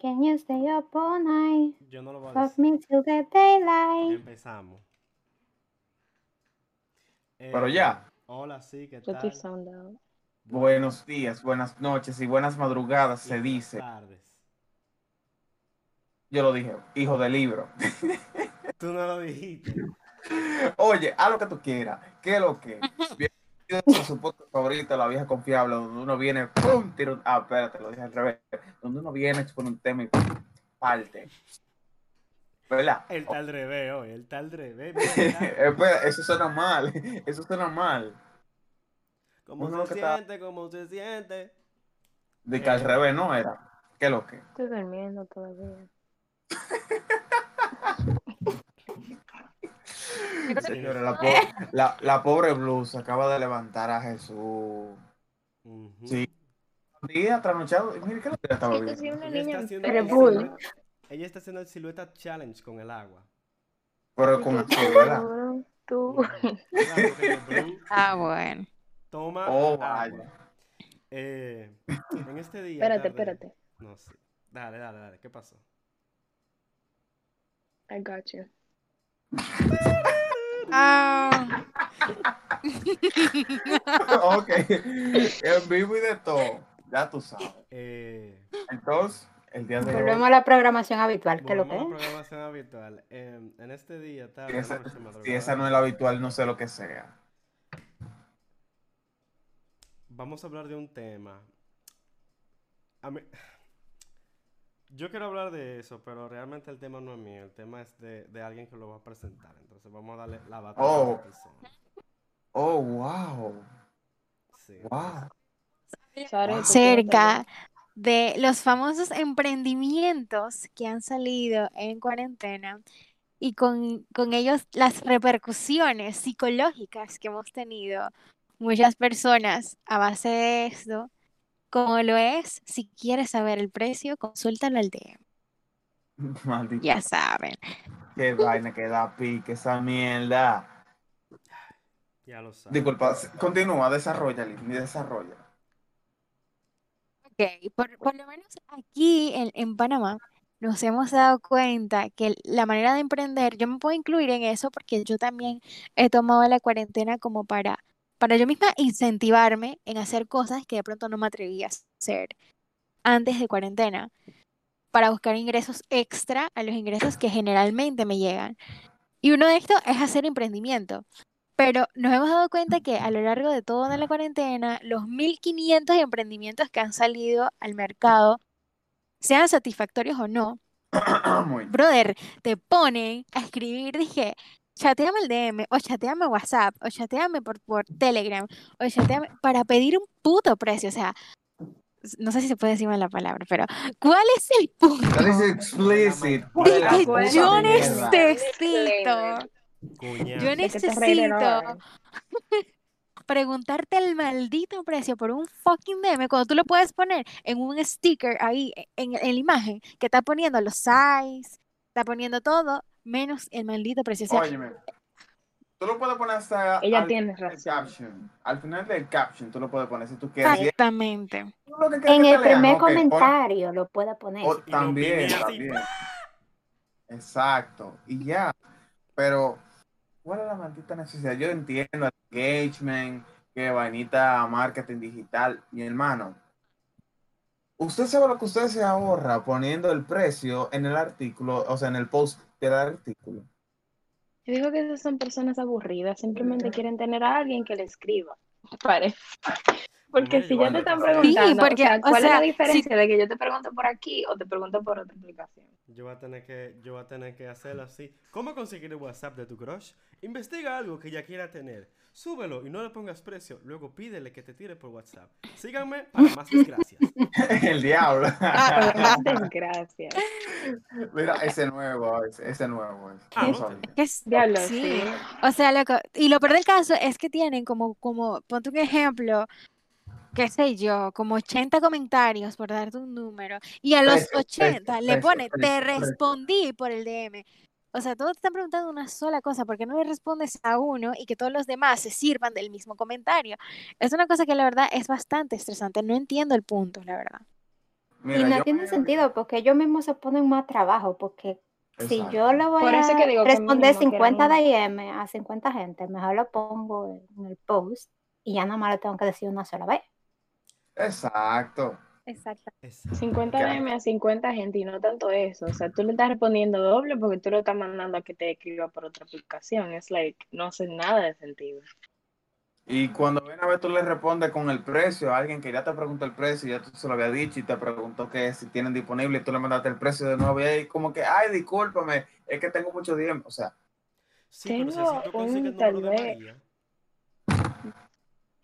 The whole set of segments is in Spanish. Can you stay up all night? Yo no lo voy a Fuck decir. me till the daylight. Empezamos. Pero Eh, ya, Hola, sí, ¿qué Yo estoy tal? sound out. buenos días, buenas noches y buenas madrugadas Y se buenas dice. tardes. Yo lo dije, hijo de libro. Tú no lo dijiste. Oye, haz lo que tú quieras, que lo que. Bienvenidos a su podcast favorito, La Vieja Confiable, donde uno viene, pum, tira un- Ah, espérate, lo dije al revés. Donde uno viene, expone un tema y pum, parte. ¿Verdad? Él está al revés hoy, él está al revés. mira. Espera, eso suena mal, eso suena mal. ¿Cómo Uno se que está- siente? ¿Cómo se siente? De que al revés no era. ¿Qué lo que? Estoy durmiendo todavía. Señores, la, po- la- la pobre Blues acaba de levantar a Jesús. Ujú. Sí. Día trasnochado. y Mira que lo que estaba Yo soy viendo. una Ella está niña haciendo Red el Bull. silueta- ella está haciendo el silueta challenge con el agua. Pero como que, ¿verdad? Tú. Ujú. Claro, porque Blue Ah, bueno. Toma Oh, agua. vaya. Eh, en este día. tarde- Espérate, espérate. No sé. Dale, dale, dale. ¿Qué pasó? I got you. Ah, Ok. En vivo y de todo. Ya tú sabes. Eh, Entonces, el día de Volvemos hoy. a la programación habitual, que lo que volvemos a la es. programación habitual. Eh, en este día, tarde, Si esa, noche, si madrugada, esa no es la habitual, no sé lo que sea. vamos a hablar de un tema. A mí- Yo quiero hablar de eso, pero realmente el tema no es mío. El tema es de, de alguien que lo va a presentar. Entonces vamos a darle la batalla a Oh. esa persona. Oh, wow. Sí, Wow. Sara, ¿tú Cerca de los famosos emprendimientos que han salido en cuarentena y con, con ellos las repercusiones psicológicas que hemos tenido muchas personas a base de esto, como lo es, si quieres saber el precio, consúltalo al DM. Maldita. Ya saben. Qué vaina que da pique esa mierda. ya lo sabes. Disculpa, continúa, desarrolla, Lin, desarrolla. Ok, por, por lo menos aquí en, en Panamá nos hemos dado cuenta que el- la manera de emprender, yo me puedo incluir en eso porque yo también he tomado la cuarentena como para, para yo misma incentivarme en hacer cosas que de pronto no me atrevía a hacer antes de cuarentena, para buscar ingresos extra a los ingresos que generalmente me llegan. Y uno de estos es hacer emprendimiento. Pero nos hemos dado cuenta que a lo largo de toda la cuarentena, los 1.500 emprendimientos que han salido al mercado, sean satisfactorios o no, Muy bien. brother, te ponen a escribir, dije, chateame el DM, o chateame WhatsApp, o chateame por, por Telegram, o chateame para pedir un puto precio. O sea, s- no sé si se puede decir mal la palabra, pero ¿cuál es el punto? That is explicit. De La que puta yo mierda. necesito. Cuñado. Yo De que te reiré, no, eh. necesito preguntarte el maldito precio por un fucking meme cuando tú lo puedes poner en un sticker ahí e- en, en la imagen que está poniendo los size, está poniendo todo menos el maldito precio. O sea, Óyeme, tú lo puedes poner hasta Ella al tiene final del razón. caption. Al final del caption tú lo puedes poner si tú quieres. Y exactamente. tú lo que quieres En que el te lean, primer ok, pon- comentario lo pueda poner. o- Y lo también, pineas y también. Exacto. Y ya. Pero, ¿cuál es la maldita necesidad? Yo entiendo el engagement, que vainita marketing digital. Mi hermano, usted sabe lo que usted se ahorra poniendo el precio en el artículo, o sea, en el post del artículo. Yo digo que esas son personas aburridas, simplemente quieren tener a alguien que le escriba. Pare. Porque Bueno, si ya bueno, te están sí, preguntando, o porque, sea, o ¿cuál es sea, la si- diferencia de que yo te pregunto por aquí o te pregunto por otra aplicación? Yo voy a tener que, yo voy a tener que hacerlo así. ¿Cómo conseguir el WhatsApp de tu crush? Investiga algo que ella quiera tener. Súbelo y no le pongas precio. Luego pídele que te tire por WhatsApp. Síganme para más desgracias. el diablo. Ah, Por más desgracias. Mira, ese nuevo, ese, ese nuevo. ese. Ah, No ¿no? sabía. que es- Diablo, sí. sí. O sea, loco, y lo peor del caso es que tienen como, como, ponte un ejemplo, qué sé yo, como 80 comentarios por darte un número, y a los Precio, precio, 80 le precio, pone, precio, te precio". respondí por el DM. O sea, todos te están preguntando una sola cosa, ¿por qué no le respondes a uno y que todos los demás se sirvan del mismo comentario? Es una cosa que la verdad es bastante estresante, no entiendo el punto, la verdad. Y Mira, no yo- tiene sentido porque ellos mismos se ponen más trabajo porque si Exacto. yo le voy Por eso a que digo que responder mínimo que 50 eran- DM a 50 gente, mejor lo pongo en el post y ya nada más lo tengo que decir una sola vez. Exacto. Exacto. Exacto. 50 Claro. DM a 50 gente y no tanto eso. O sea, tú le estás respondiendo doble porque tú lo estás mandando a que te escriba por otra aplicación. Es like, no hace nada de sentido. Y cuando viene a ver, tú le respondes con el precio a alguien que ya te preguntó el precio, ya tú se lo había dicho y te preguntó que si tienen disponible y tú le mandaste el precio de nuevo y ahí como que, ay, discúlpame, es que tengo mucho tiempo. O sea, Sí, pero o sea, si Tengo tú consigues el número un de tal vez. María,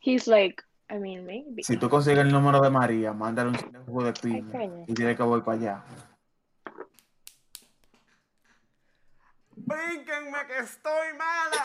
He's like, I mean, maybe. si tú consigues el número de María, mándale un chingo de jugo de piña coño. y dile que voy para allá. ¡Brínquenme que estoy mala!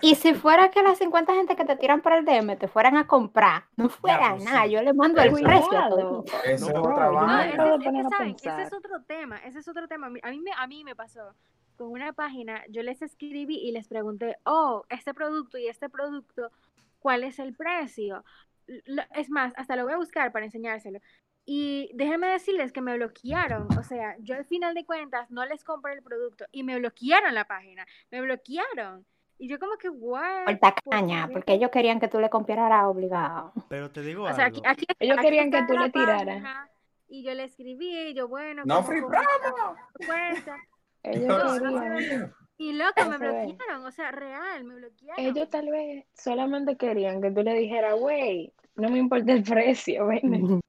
Y si fuera que las 50 gente que te tiran por el DM te fueran a comprar, no fuera pues, nada, sí. yo le mando el Eso. precio a Cuidado. todito. pues. Eso No, es no, otra no, No, Ah, ese, vaina. no. me es- poner ese, a ¿saben que ese es pensar. otro tema, ese es otro tema. Mi- A mí me, a mí me pasó con una página, yo les escribí y les pregunté, oh, este producto y este producto, ¿cuál es el precio? L- lo- Es más, hasta lo voy a buscar para enseñárselo. Y déjenme decirles que me bloquearon, o sea, yo al final de cuentas no les compré el producto y me bloquearon la página, me bloquearon. Y yo como que, what? Por ¿Por tacaña, qué? porque ellos querían que tú le compraras obligado. Pero te digo O algo. sea, aquí, aquí- Ellos aquí querían que tú está la le tiraras. página, Y yo le escribí, y yo, bueno, No como free con esta cuenta, Ellos No, no, querían- Y loco, me Eso es. bloquearon, o sea, real, me bloquearon. Ellos tal vez solamente querían que tú le dijeras, wey, no me importa el precio, vende-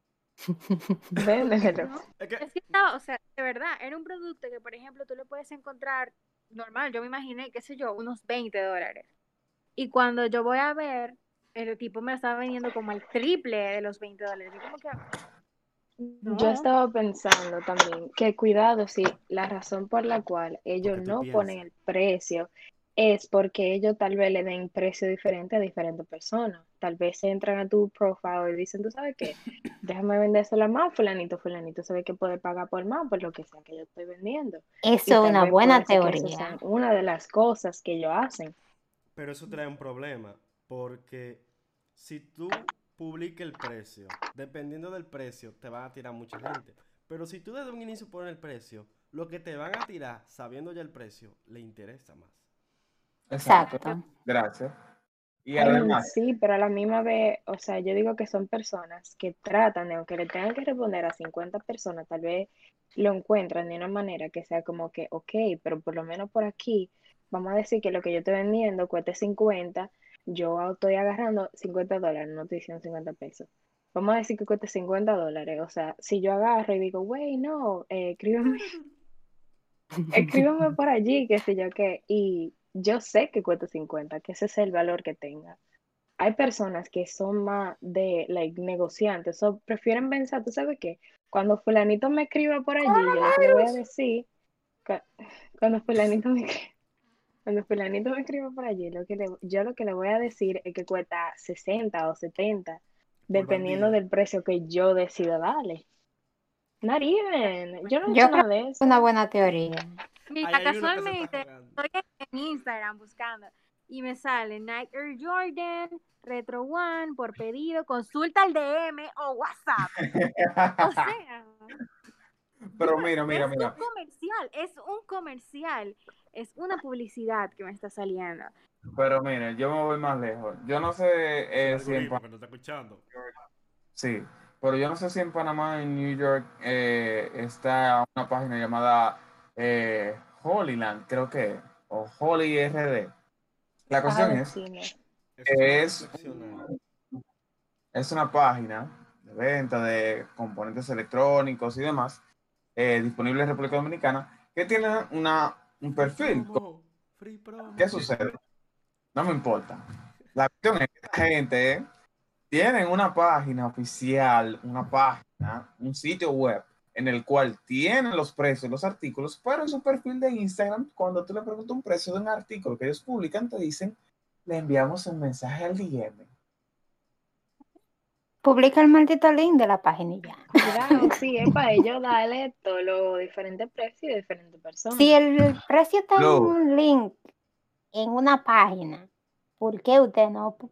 véndemelo. ¿no? Es que- Es que estaba, o sea, de verdad, era un producto que, por ejemplo, tú lo puedes encontrar normal, yo me imaginé, qué sé yo, unos 20 dólares. Y cuando yo voy a ver, el tipo me lo estaba vendiendo como el triple de los 20 dólares. Yo como que... No. Yo estaba pensando también que cuidado si la razón por la cual ellos Porque tú no piensas. ponen el precio es porque ellos tal vez le den precio diferente a diferentes personas. Tal vez se entran a tu profile y dicen, tú sabes qué, déjame vendérselo a más fulanito, fulanito, sabe que puede pagar por más, por lo que sea que yo estoy vendiendo. Y Eso tal es una vez buena puede ser que eso sea teoría. una de las cosas que ellos hacen. Pero eso trae un problema, porque si tú publicas el precio, dependiendo del precio, te van a tirar mucha gente. Pero si tú desde un inicio pones el precio, lo que te van a tirar, sabiendo ya el precio, le interesa más. Exacto. Gracias. Y Ay, además, sí, pero a la misma vez, o sea, yo digo que son personas que tratan de, aunque le tengan que responder a 50 personas, tal vez lo encuentran de una manera que sea como que, ok, pero por lo menos por aquí, vamos a decir que lo que yo estoy vendiendo cueste 50, yo estoy agarrando 50 dólares, no estoy diciendo 50 pesos. Vamos a decir que cueste 50 dólares, o sea, si yo agarro y digo, wey, no, eh, escríbeme Escríbeme por allí, qué sé yo qué. Y yo sé que cuesta 50, que ese es el valor que tenga. Hay personas que son más de like, negociantes, o prefieren pensar, ¿tú sabes qué? Cuando fulanito me escriba por allí, yo lo que le voy a decir, cu- cuando fulanito me escri- cuando fulanito me escriba por allí, lo que le- yo lo que le voy a decir es que cuesta 60 o 70, dependiendo bandido. del precio que yo decida darle. Not even. Yo no he Yo creo hecho nada de eso. Es una buena teoría. Mira, Ahí hay uno que se está casualmente jugando. estoy en- en Instagram buscando y me sale Nike Air Jordan, Retro One, por pedido, consulta al DM o WhatsApp. O sea, pero mira, mira, es mira. un comercial, es un comercial, es una publicidad que me está saliendo. Pero mira, yo me voy más lejos. Yo no sé eh, si en Algoritmo Pa- que no está escuchando. Sí, pero yo no sé si en Panamá, en New York, eh, está una página llamada eh, Holyland, creo que, o Holy RD. La Ah, cuestión es, vecino. Eso suena Es- excepcional. es una página de venta de componentes electrónicos y demás, eh, disponible en República Dominicana, que tiene una, un perfil. Promo, free promo. ¿Qué sucede? No me importa. La cuestión es que esta gente tiene una página oficial, una página, un sitio web en el cual tienen los precios, los artículos, pero en su perfil de Instagram, cuando tú le preguntas un precio de un artículo que ellos publican, te dicen, le enviamos un mensaje al DM. Publica el maldito link de la página y ya. Claro, sí, es para ellos darle todos los diferentes precios y de diferentes personas. Si el precio está en No. un link, en una página, ¿por qué usted no? pu-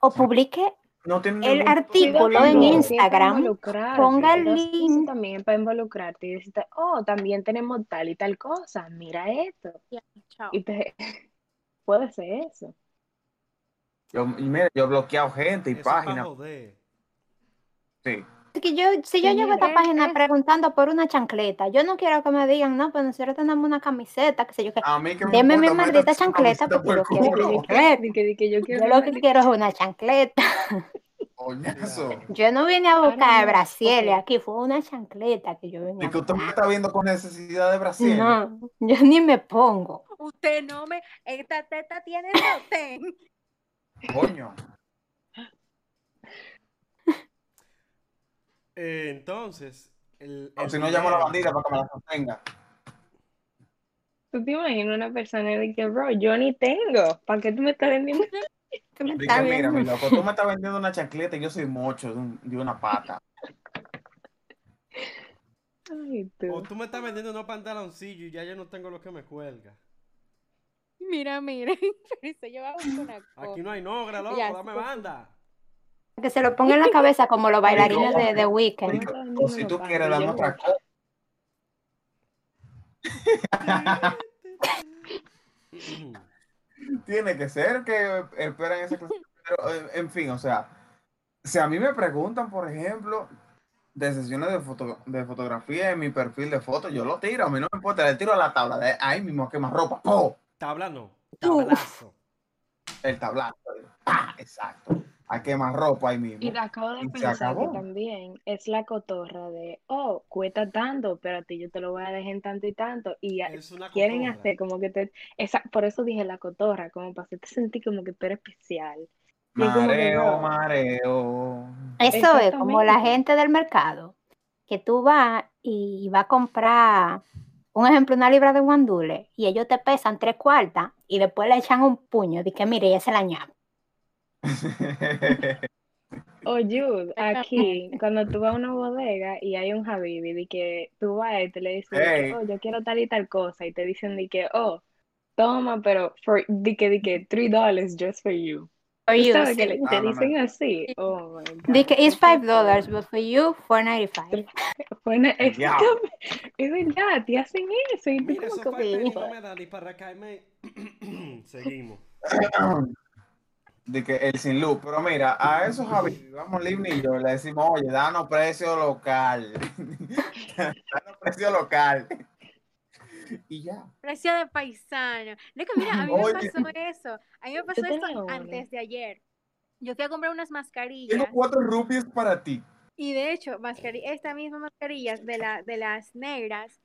O publique no tienen El ningún- artículo en Cuidado. Instagram. ponga el link. también para involucrarte y decirte, oh, también tenemos tal y tal cosa, mira esto. Chao. Y te... puede ser eso. Yo, y mira, yo he bloqueado gente y Eso es pa' páginas. joder. Sí. Es que yo, si yo Sí, llego a esta es- página es- preguntando por una chancleta, yo no quiero que me digan, no, pues nosotros tenemos una camiseta, qué sé yo qué. A mí que me Deme mi importa, métete maldita esa chancleta camiseta porque yo por quiero culo. una chancleta. Di que, di que yo quiero Yo una lo que li- quiero es una chancleta. Coñazo. Yo no vine a buscar no, brasieles ok. aquí, fue una chancleta que yo vine Y a que usted me buscar. está viendo con necesidad de Brasil. No, yo ni me pongo. Usted no me. Esta teta tiene sostén. Coño. Eh, entonces, el, O el si no, llamo a la video- bandida para que me la sostenga. ¿Tú te imaginas una persona de que, bro, yo ni tengo? ¿Para qué tú me estás vendiendo? ¿Qué me Dije, está mira, viendo? mi loco, tú me estás vendiendo una chancleta y yo soy mocho de, un- de una pata. Ay, O tú. tú me estás vendiendo unos pantaloncillos y ya yo no tengo lo que me cuelga. Mira, miren. Pero se lleva un conaco. Oh. Aquí no hay nogra, loco, Ya, dame sí. banda. Que se lo ponga en la cabeza como los bailarines de, de Dije, Weekend. O si tú quieres darme otra cosa. Tiene que ser que esperan esa clase. Pero, eh, en fin, o sea, si a mí me preguntan, por ejemplo, de sesiones de, foto, de fotografía en mi perfil de fotos, yo lo tiro, a mí no me importa, le tiro a la tabla, de ahí mismo quemar ropa, ¡po! Tabla no, Tú. tablazo. El tablazo, ¡pa! Exacto, a quemar ropa ahí Y mismo. acabo de Y se pensar que acabó. también es la cotorra de, oh, cuesta tanto, pero a ti yo te lo voy a dejar en tanto y tanto. Y a- Es una quieren cotorra. hacer como que te... Esa, por eso dije la cotorra, como para hacerte sentir como que tú eres especial. Y como que Mareo, no. mareo. Eso es como la Exactamente. gente del mercado, que tú vas y vas a comprar, un ejemplo, una libra de guandule y ellos te pesan tres cuartas y después le echan un puño de que mire, ya se la ñapa. O Oh, Jude, aquí, cuando tú vas a una bodega y hay un Habibi, de que tú vas y te le dices, de que, Ey. oh, yo quiero tal y tal cosa, y te dicen de que, oh, toma, pero for, de que, de que, three dollars just for you. For Tú you, sabes sí. que le- Ah, te no, dicen no. así, oh my God. Dice que it's Eso five es dollars, todo. but for you, four ninety-five. Bueno, El es, diablo. es verdad, te hacen eso, y tú Mira, eso como que, fue que- no me da ni para caerme. Seguimos. De que el sin luz, pero mira, a esos Javi, vamos Livni y yo, le decimos, oye, danos precio local. danos precio local. Y ya. Precio de paisano. Loco, mira, a mí Oye. me pasó eso. A mí me pasó tenía eso una. antes de ayer. Yo fui a comprar unas mascarillas Tengo cuatro rupias para ti. y de hecho, mascari- esta misma mascarillas de, la, de las negras.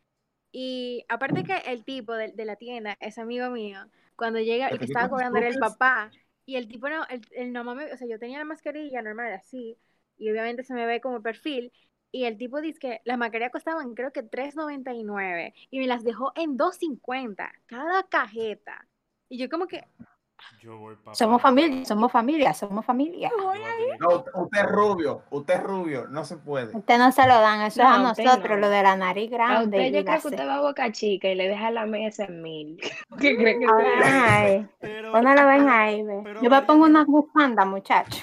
Y aparte que el tipo de, de la tienda es amigo mío, cuando llega, ¿Te el que pediste estaba unas cobrando era el copias? papá. Y el tipo no, el, el no mames, o sea, yo tenía la mascarilla normal así, y obviamente se me ve como perfil. Y el tipo dice que las mascarillas costaban creo que 3.99 y me las dejó en 2.50 cada cajeta. Y yo como que, Yo voy para. Somos familia, somos familia, somos familia. No, usted es rubio, usted es rubio, no se puede. Usted no se lo dan, eso es a No, a usted nosotros, no. lo de la nariz a grande. usted yo creo que dígase. usted va a Boca Chica y le deja la mesa en mil. ¿Qué cree que Ay, Pero, póngalo Pues ven ahí, ve. pero Yo me María- pongo una bufanda, muchacho.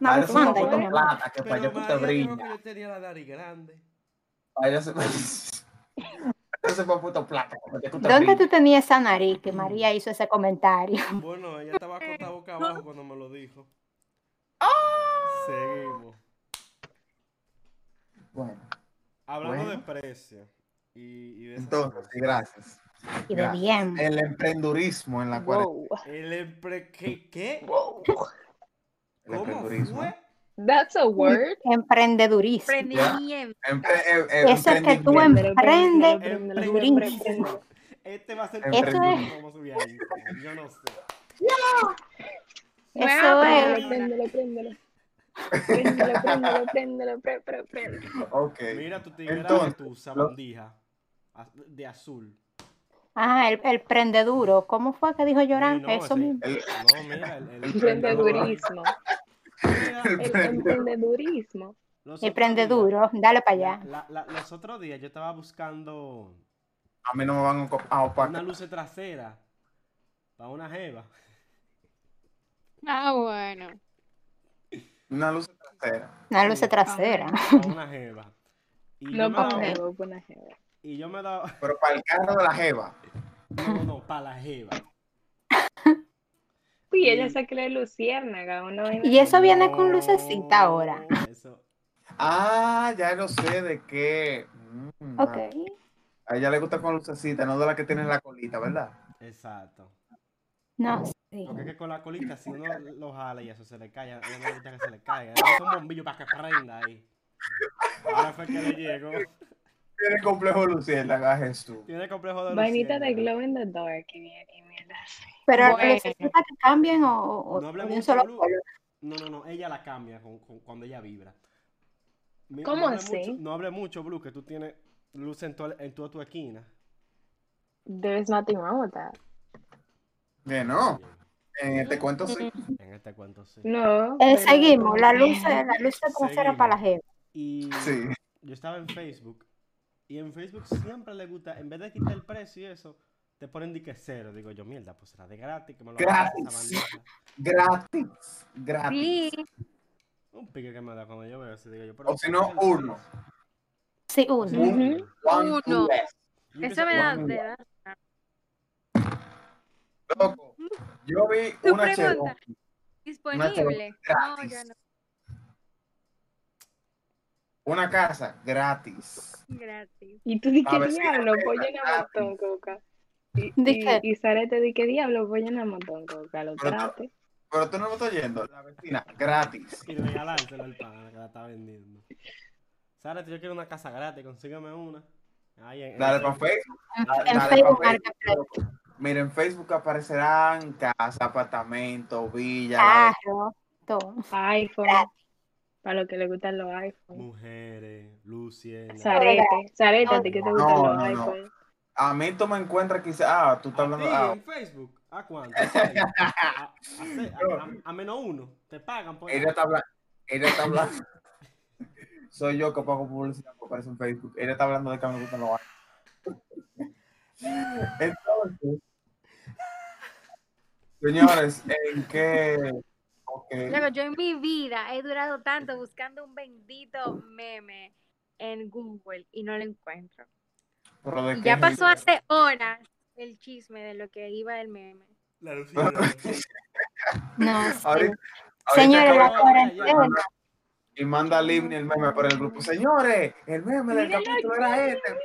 Una Dale Ah, un bufanda. poco y de que me- plata, que pero para allá tú te María, yo creo que brillas. yo tenía la nariz grande. Para allá se Para allá se pone puta plata, que para allá tú te ¿Dónde tú brillas. tenías esa nariz que María hizo ese comentario? Bueno, ella estaba acostada boca abajo cuando me lo dijo. ¡Ah! Seguimos. Bueno, Hablando Bueno. de precio y, y de esas entonces, cosas. gracias. Y de Gracias. bien. El emprendurismo en la cuarentena. Wow, El empre... ¿Qué? qué? wow. El ¿Cómo emprendurismo. fue? That's a word. Emprendedurismo. emprendimiento. Empre- eh, eh, Eso es que tú emprendimiento. Préndelo, préndelo, emprendes. préndelo, durísimo. préndelo. Este va a ser Esto es- Vamos a subir ahí. Yo no sé. Eso ah, es. Préndelo, préndelo. Préndelo, préndelo, préndelo, pre- pre- préndelo. Ok. Mira tu tiguera Entonces, de tu sabandija az- de azul. Ah, el, el prendeduro. ¿Cómo fue que dijo Llorán? Sí, no, Eso sí. mismo. El, No, mira, el, el Emprendedurismo. Mira, el El prendedor. emprendedurismo. los El otros días- prendeduro. Dale para allá. la- la- los otros días yo estaba buscando A mí no me van a co- ah, a una opacar. luz trasera para una jeva. Ah, bueno. Una luz trasera. Una luz trasera. A una jeva. Y yo No me para daba- una ok. jeva, para una jeva. Y yo me daba. Pero para el carro de la jeva. No, no, no, para la jeva. Uy, ella se cree luciérnaga, una vaina Y eso viene con No, lucecita ahora. Eso. Ah, ya lo sé de qué. Mm, Ok. A ella le gusta con lucecita, no de la que tiene en la colita, ¿verdad? Exacto. No, sí. Porque es que con la colita, si uno lo jala y eso se le cae, a ella no le gusta que se le caiga. Es un bombillo para que prenda ahí. Ahora fue que le llegó. Tiene complejo luciérnaga, Jesús. Tiene complejo de Vainita de luciérnaga. glow in the dark, y mierda, y mierda. Pero Bueno. necesita que cambien o, o- No o hable de un mucho, solo Lu. color. Eh, No, no, no, ella la cambia con- con- cuando ella vibra. Mi- ¿Cómo hable así? mucho- no hable mucho, Blue, que tú tienes luz en, toda- en toda tu esquina. There's nothing wrong with that. Que no, en este cuento sí. En este cuento sí. No. Eh, pero- seguimos, la luz, la luz trasera Seguimos. para la jeva. Y Sí. yo estaba en Facebook. Y en Facebook siempre le gusta, en vez de quitar el precio y eso, te ponen dique cero. Digo yo, mierda, pues será de gratis, que me lo va a hacer esa Gratis. bandita. Gratis, gratis. Sí, Un pique que me da cuando yo veo eso. Digo yo, pero O si no, uno. Sí, uno. Ujú. Ujú. One, two, Uno. less. Yo que eso me sé- da, Guau. me da. Loco, yo vi Tu una pregunta. chero Disponible. No, gratis. ya no. Una casa gratis. Gratis. Y tú di A que ver si diablo, te pollo en pega, amatón, coca. Y, ¿De y, qué? y Sara te di que diablo, pollo en amatón, coca. Lo Pero tú- trate. Pero tú no me estás yendo. La vecina, gratis. Y regalárselo al pana que la está vendiendo. Sara, yo quiero una casa gratis, consígueme una. Ahí en, en Dale para Facebook. Facebook. En Dale Facebook, pa' marca Mira, en Facebook aparecerán casa, apartamento, Ah. villa. la carro, todo. iPhone. Gratis. Para los que le gustan los iPhones. Mujeres, luciérnagas. Sarete. Sarete, a ti que te No, gustan los no, no. iPhones. vecina. A mí tú me encuentras quizá. Ah, tú estás ¿A ti hablando. ah, en Facebook? ¿A cuánto? ¿A, seis? a, a seis? A- a- a menos uno. Te pagan por ella está hablando. Ella está hablando. Soy yo que pago publicidad que aparece en Facebook. Ella está hablando de que me gustan los iPhones. Entonces, señores, ¿en qué? Ok. Luego, yo en mi vida he durado tanto buscando un bendito meme en Google y no lo encuentro. Pero de Y qué ya pasó gente? hace horas el chisme de lo que iba el meme. la luciérnaga. No, sí. Ahorita- ahorita Señores, acabo la de- cuarentena. Y manda a Livni el meme por el grupo. Señores, el meme del capítulo era este.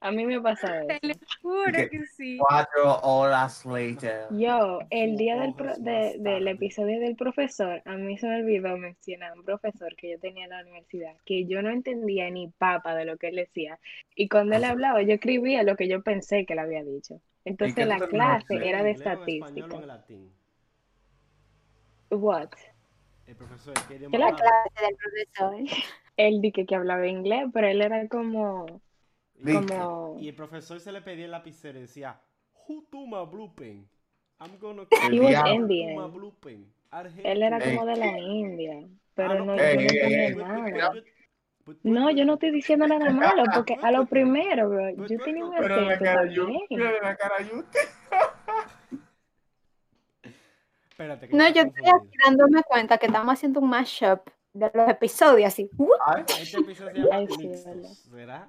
A mí me pasa eso. Te lo juro ¿Qué? que sí. Cuatro horas later. Yo, el día del, pro- Hojas de- más del tarde. episodio del profesor, a mí se me olvidó mencionar a un profesor que yo tenía en la universidad, que yo no entendía ni papa de lo que él decía. Y cuando él Ah. hablaba, yo escribía lo que yo pensé que le había dicho. qué Entonces la terminó clase haciendo? era de ¿En inglés o en español o estadística. en latín? What? El profesor quería Que la matar- clase del profesor. Él dije que hablaba inglés, pero él era como, y, como... y el profesor se le pedía el lapicero y decía, Who to my blue pen? I'm gonna He was you. Indian. Who to my blue pen? I hate Él era you. como de la India, pero Ah, no, yo no Ey, ey, entendía ey. nada. No, yo no estoy diciendo nada malo, porque a lo primero, bro, yo tenía un Pero la acento cara yo, también. pero la cara yo. Espérate, que No, yo estoy estoy confundido. aquí dándome cuenta que estamos haciendo un mashup de los episodios así. ¡Uh! Ay, Este episodio se llama Ay, sí, vale. Mixtos, ¿verdad?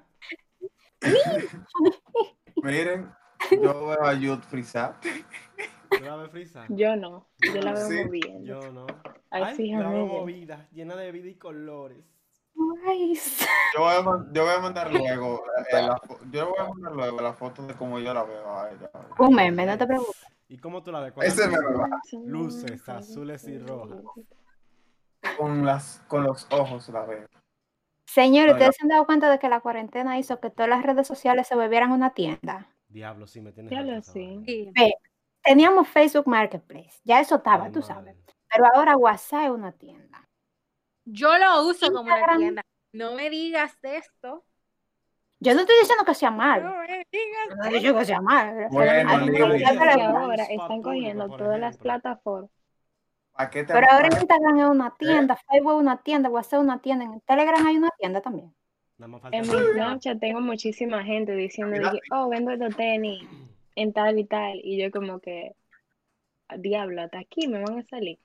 miren, yo veo a Youth frisar. ¿Tú la ves frisa? Yo no, yo la veo Sí, moviendo. Yo no. Ay, sí, la veo amiga. movida, llena de vida y colores. Nice. Yo voy a, man- yo voy a mandar luego. eh, la fo- yo voy a mandar luego la foto de cómo yo la veo. a ella. Un meme, no te preocupes. ¿Y cómo tú la ves? Con las Ese me lo va. Luces azules y rojas. Con, las, con los ojos la veo. Señores, Hola. ¿ustedes se han dado cuenta de que la cuarentena hizo que todas las redes sociales se volvieran una tienda? Diablo, sí, me tienes eh. Diablo, harto esa sí. vaina. Sí. Teníamos Facebook Marketplace, ya eso estaba, Ay, tú madre. sabes. Pero ahora WhatsApp es una tienda. Yo lo uso como una Instagram. tienda. No me digas esto. Yo no estoy diciendo que sea malo. No me digas. No estoy diciendo que sea malo. Bueno, Ay, Livni, Dios. Porque ahora Spa están público, cogiendo por todas las ejemplo. plataformas. ¿para qué te Pero ahora vas? Instagram es una tienda, Facebook es una tienda, WhatsApp es una tienda, en Telegram hay una tienda también. Nada más falta En mi que- Snapchat tengo muchísima gente diciendo, de que, oh, vendo estos tenis en tal y tal. Y yo como que, diablo, hasta aquí me van a salir.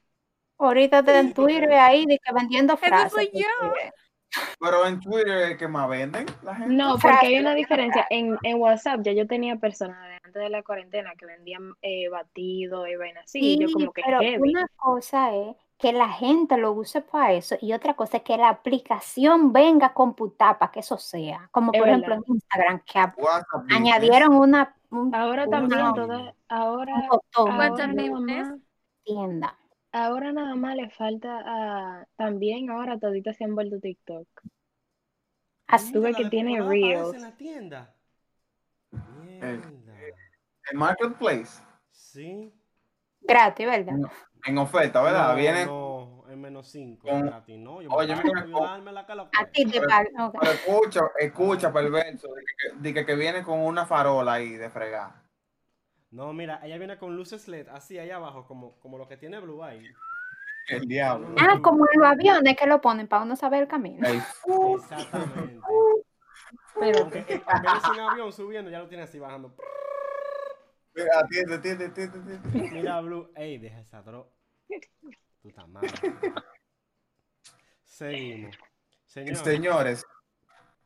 Ahorita te en Twitter ahí de que vendiendo Ese frases. soy yo. Pero en Twitter es el que más venden la gente. No, Frase, porque hay una una diferencia. En, en WhatsApp ya yo tenía personas de antes de la cuarentena que vendían eh, batido y vainas así. y yo Sí, como que pero heavy. una cosa es que la gente lo use para eso y otra cosa es que la aplicación venga a computar para que eso sea. Como Es por verdad. pues. ejemplo en Instagram, que a- WhatsApp Business. añadieron una, un, Ahora Una también, no. todas, ahora, un botón Ah. en ahora WhatsApp nada Business. más- tienda. ahora nada más le falta a, también ahora toditas se han vuelto TikTok. Así. Tú Mierda, ves que la tiene temporada aparece reels. en la tienda. Eh. Mierda. En Marketplace. Sí. Gratis, ¿verdad? No. En oferta, ¿verdad? No, Viene No, en menos 5. Con- gratis, no. Yo Oye, me mira, voy a darme la cala. A ti te Ah. Pero- pagan, ok. Pero escucha, escucha, perverso. de que- de que, que viene con una farola ahí de fregar. No, mira, ella viene con luces LED, así allá abajo, como, como lo que tiene Blue Eye. El diablo. Ah, como en los aviones que lo ponen para uno saber el camino. Ey, Exactamente. Aunque, eh, aunque es un avión subiendo, ya lo tiene así bajando. mira, atiende, atiende, atiende, atiende. Mira, Blue. Ey, deja esa droga. Tú estás mal. Seguimos. Señor, Señores,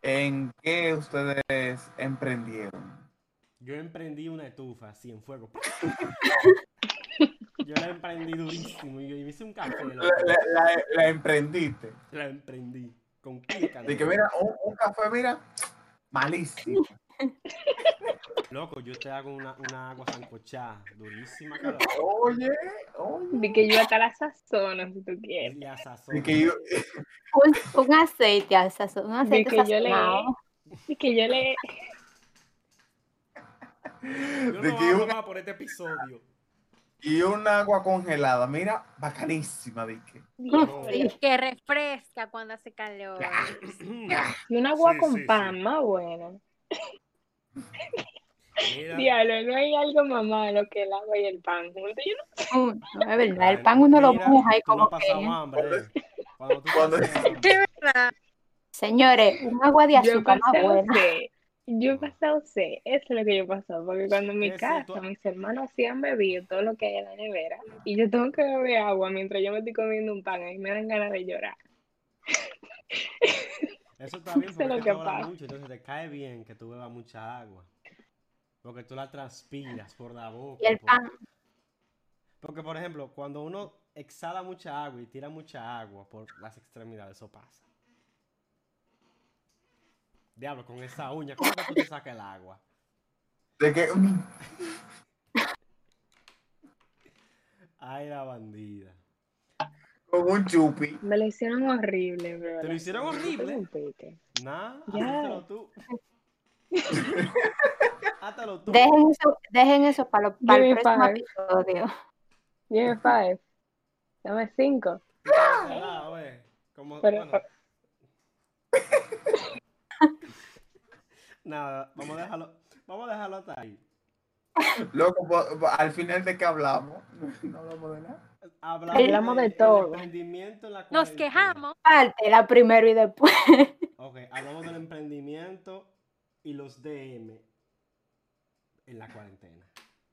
¿en qué ustedes emprendieron? yo emprendí una estufa así en fuego. Yo la emprendí durísimo y yo me hice un café. La, loco. la- la- la emprendiste. La emprendí con pícara. De que mira, un, un café, mira, malísimo. Loco, yo te hago una, una agua sancochada durísima, cabrón. Oye, oye. De que yo hasta la sazono, si tú Y quieres. la sazón. De que yo, Un, un aceite, al sazón, un De aceite que yo le, sazonado. de que yo le, Yo de no que hago una- más por este episodio. y un agua congelada, mira, bacanísima, de que. Sí. Que refresca cuando hace calor. Y un agua Sí, con sí, sí. pan, más bueno. Mira, Diablo, no hay algo más malo que el agua y el pan juntos. Yo no- Uno, Mm, es verdad, el pan uno lo mira, moja y tú no como has pasado que. hambre, eh. Cuando tú Cuando- pasas hambre. verdad. Señores, un agua de yo he azúcar más pasado buena. sed. Yo he pasado sed. Eso es lo que yo he pasado. Porque cuando en mi Eso, casa, tú- mis hermanos sí han bebido todo lo que hay en la nevera. Y yo tengo que beber agua mientras yo me estoy comiendo un pan. Y me dan ganas de llorar. Eso está bien Eso es porque lo tú que hablas pasa. mucho, entonces te cae bien que tú bebas mucha agua. Porque tú la transpiras por la boca. Y el por- pan. Porque, por ejemplo, cuando uno exhala mucha agua y tira mucha agua por las extremidades, eso pasa. Diablo, con esa uña, ¿cómo que tú te sacas el agua? De que, mm, Ay, la bandida. con un chupi. Me lo hicieron horrible, bro. ¿Te lo hicieron horrible? Nah, Ya. háztelo tú. Háztelo tú. Dejen eso, dejen eso para, lo- para el Give me próximo five. episodio. Lleve five. Dame cinco. Ah, oye, Como, Pero- bueno. Nada, vamos a dejarlo. Vamos a dejarlo hasta ahí. Loco, po- po- al final de que hablamos, no hablamos de nada. Hablamos, Hablamos de todo. del emprendimiento en la Nos cuarentena. quejamos. Parte la primero y después. Ok, hablamos del emprendimiento y los DM en la cuarentena.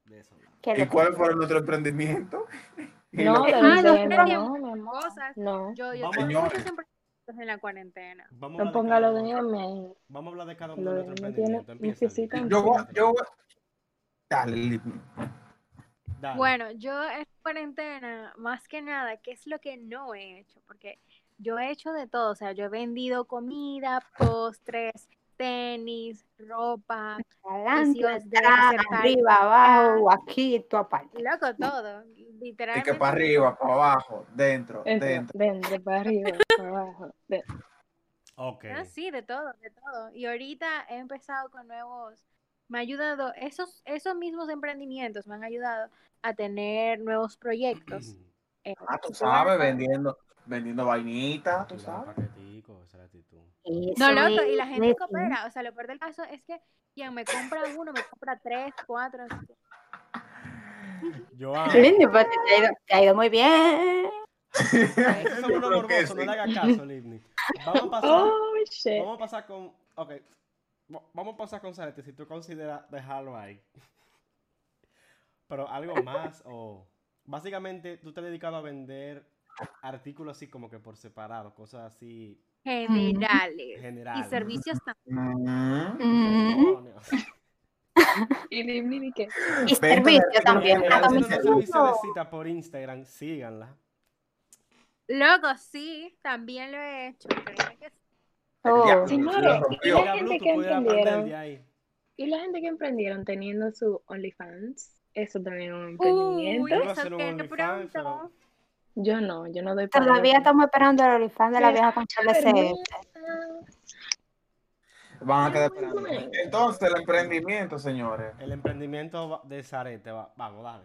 De eso hablamos. Que ¿Y lo- cuál fue nuestro emprendimiento? Y No, lo- de Ah, los no, DM, no, no, no, mi amor. cosas. No. Yo, yo Vamos, tengo señores. muchos emprendimientos en la cuarentena. Vamos a hablar No de ponga cada los uno. DM ahí. Vamos a hablar de cada uno Lo de nuestro de- no emprendimiento. tiene- Empieza. necesitan- Lili. yo voy, yo voy. Dale, Lili. Dale. Bueno, yo en cuarentena, más que nada, ¿qué es lo que no he hecho? Porque yo he hecho de todo, o sea, yo he vendido comida, postres, tenis, ropa, Adelante, Dios, debe atrás, ser tal. arriba, abajo, aquí, tu aparte. loco, todo, De literalmente. que para arriba, para abajo, dentro, Dentro, dentro. dentro, para arriba, para abajo. de- Ok. No, Ah, sí, de todo, de todo. Y ahorita he empezado con nuevos, me ha ayudado, esos, esos mismos emprendimientos me han ayudado a tener nuevos proyectos. eh, Ah, tú sola. sabes, vendiendo, vendiendo vainitas, tú Cuidado, sabes. paquetico, esa es la actitud. No, Eso loco, y la es- gente es- coopera. O sea, lo peor del caso es que quien me compra uno, me compra tres, cuatro. cinco. Joan, Lindy, pues, te ha ido, te ha ido muy bien. esos son unos Yo creo que morbosos, no sí. le hagas caso, Livni. Vamos a pasar, Oh, shit. vamos a pasar con, ok, va- vamos a pasar con Sarete, si tú consideras dejarlo ahí. Pero algo más o, básicamente, tú te has dedicado a vender artículos así como que por separado, cosas así Generales. Y generales. servicios también. Oh, Mm. Ujú. Demonios. Y ni- ni- ni qué. Y Venta de servicio artículos también. Pero Ah, haciendo también un servicio seguro. de cita por Instagram, síganla. Loco, sí, también lo he hecho. créeme que sí. Oh. Ya, Señores, lo rompió. Hay Mira, gente Blue, tú que pudieras aprender entendieron. de ahí. Y la gente que emprendieron teniendo su OnlyFans, eso también es un emprendimiento. Uy, Yo iba a eso hacer un que OnlyFans, pronto. Yo no, yo no doy para Todavía eso. estamos esperando el olifán de la Sí. vieja con Charles Permiso. Van a quedar Ay, esperando. bueno. Entonces, el emprendimiento, señores. El emprendimiento va- de Zarete, va- vamos, dale.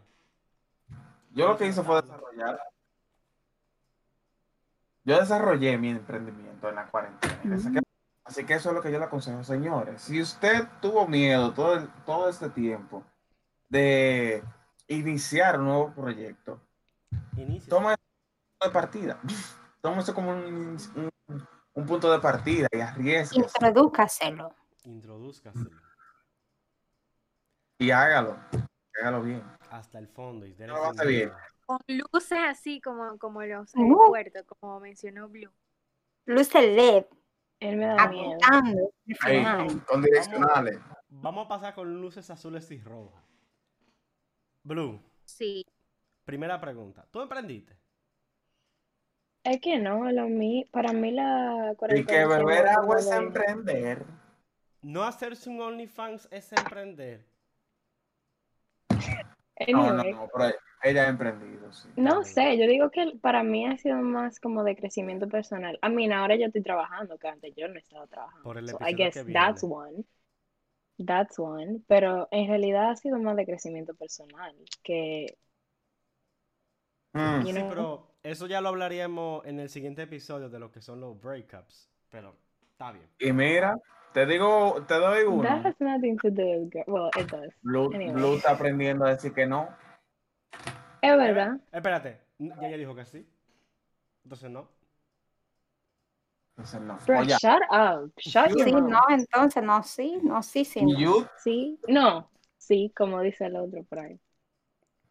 Yo lo que hice fue desarrollar. Yo desarrollé mi emprendimiento en la cuarentena. y le saqué- Así que eso es lo que yo le aconsejo, señores. Si usted tuvo miedo todo, el- todo este tiempo de iniciar un nuevo proyecto, Inicia. toma eso de partida. Toma eso como un, un- un punto de partida y arriesgues Introdúcaselo. Introdúzcase y hágalo. Hágalo bien. hasta el fondo y déle No lo hace sin bien. miedo. Con luces así como, como los Uh. aeropuertos, como mencionó Blue. Luce LED, Él me da miedo. apuntando al Ahí, final. con direccionales. Vamos a pasar con luces azules y rojas. Blue, Sí. primera pregunta. ¿Tú emprendiste? Es que no, lo mí, para mí la Y cuarentena que ha sido beber como agua es de- emprender. No hacerse un OnlyFans es emprender. Ah, No, no, Anyway, no, pero ella ha emprendido, sí. no sé, yo digo que para mí ha sido más como de crecimiento personal. I mean, ahora yo estoy trabajando, que antes yo no estaba trabajando. Por el So, I episodio guess que viene. that's one. That's one. Pero en realidad ha sido más de crecimiento personal que Mm. You Sí, know. pero eso ya lo hablaríamos en el siguiente episodio de lo que son los breakups. Pero está bien. Y mira, te digo, te doy that uno. has nothing to do with girl- Well, it does. Blue, Anyway. Blue está aprendiendo a decir que no. Es verdad. Oh, Eh, Espérate, ya ella dijo que sí. Entonces no. Entonces no. Bro, Oye, shut up. Shut your Sí, mouth. no, entonces, no, sí, no, sí, sí. no. you, Sí, no. Sí, como dice el otro por ahí.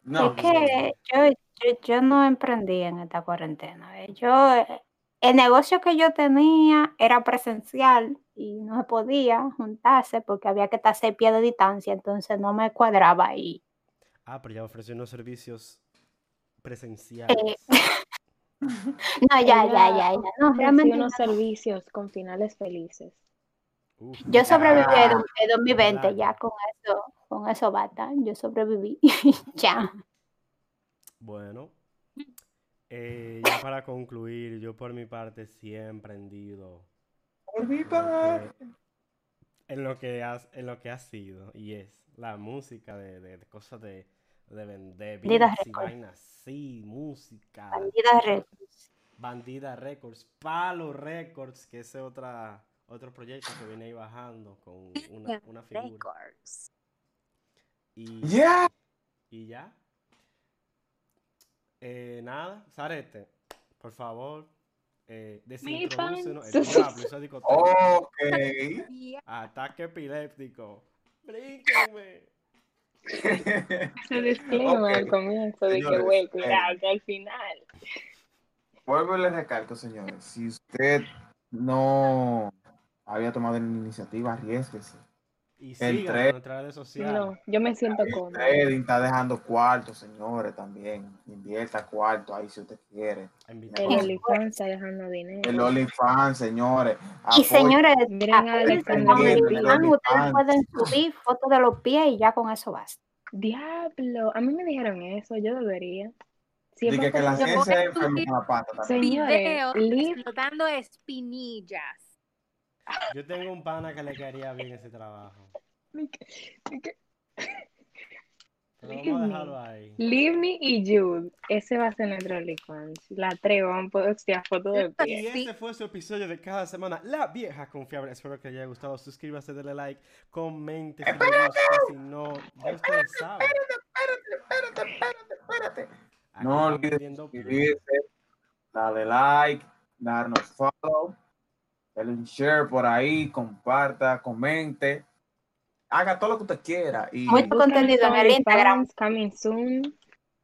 no. pues, Es que yo, yo, yo no emprendí en esta cuarentena. eh. Yo, eh, el negocio que yo tenía era presencial y no se podía juntarse porque había que estar a seis pies de distancia, entonces no me cuadraba y Ah, pero ya ofreció unos servicios presenciales. Eh, No, ya, ya, ya, ya. No, realmente Ofrecí unos no. servicios con finales felices. Uf. yo sobreviví en Ah, en 2020 ya claro. con eso, con eso basta. Yo sobreviví. ya. Bueno, eh, ya para concluir, yo por mi parte sí he emprendido Por mi en lo parte. que- en lo que has, en lo que ha sido y es la música de, de- de cosas de, de vender Bandidas beats y Records. vainas, sí, música, Bandida red. Bandida Records, Palo Records, que ese otra otro proyecto que viene ahí bajando con una, una figura Records. y Yeah. y ya. Eh, nada, Zarete, por favor, eh, desintrodúcenos el pants. diablo, esa discoteca. Ok. Yeah. Ataque epiléptico. Bríquenme. Se disclaimer al Ok, comienzo de que, señores, güey, eh. cuidado, que al final. Vuelvo y les recalco, señores. Si usted no había tomado la iniciativa, arriesguese. Y El síganos tren. en nuestras redes sociales. No, yo me siento El cómoda. trading está dejando cuarto, señores, también. Invierta cuarto ahí si usted quiere. El Invitamos. Eli. OnlyFans está dejando dinero. El OnlyFans, señores. Y Apoyen. señores, Miren a acuérdense que Alexander con el Rubio. plan ustedes OnlyFans. pueden subir fotos de los pies y ya con eso basta. Diablo, a mí me dijeron eso, yo debería. Siempre Dije que la Yo voy a ciencia es enferma subir- con la pata también. Señores, Videos live explotando espinillas. Yo tengo un pana que le quedaría bien ese trabajo. "Oh, Pero vamos a dejarlo ahí. Livni y Jude, ese va a ser nuestro OnlyFans. La tres van a postear fotos de pie. Y este fue su episodio de cada semana, La Vieja Confiable. Espero que les haya gustado. Suscríbase, denle like, comente si les gusta, si no. Ya ustedes saben. Espérate, espérate, espérate. Aquí No estamos olvides viendo suscribirse, darle like, darnos follow, darle un share por ahí, comparta, comente, haga todo lo que usted quiera. Y Mucho contenido en el Instagram. Coming soon.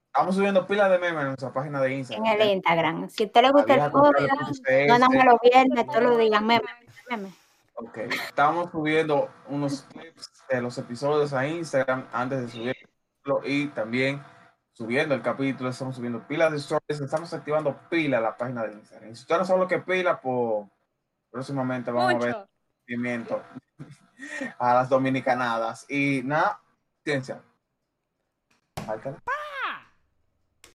Estamos subiendo pilas de memes en nuestra página de en Instagram. el Instagram. Si a usted le La gusta vieja el comprarle podcast, tus no nada más CS. los viernes, todos los días, meme, meme. Ok, estamos subiendo unos clips de los episodios a Instagram antes de subirlo y también subiendo el capítulo, estamos subiendo pilas de stories, estamos activando pila la página de Instagram. Y si usted no sabe lo que es pila, pues próximamente vamos a ver Mucho. seguimiento a las dominicanadas. Y nada, ciencia. Álcala.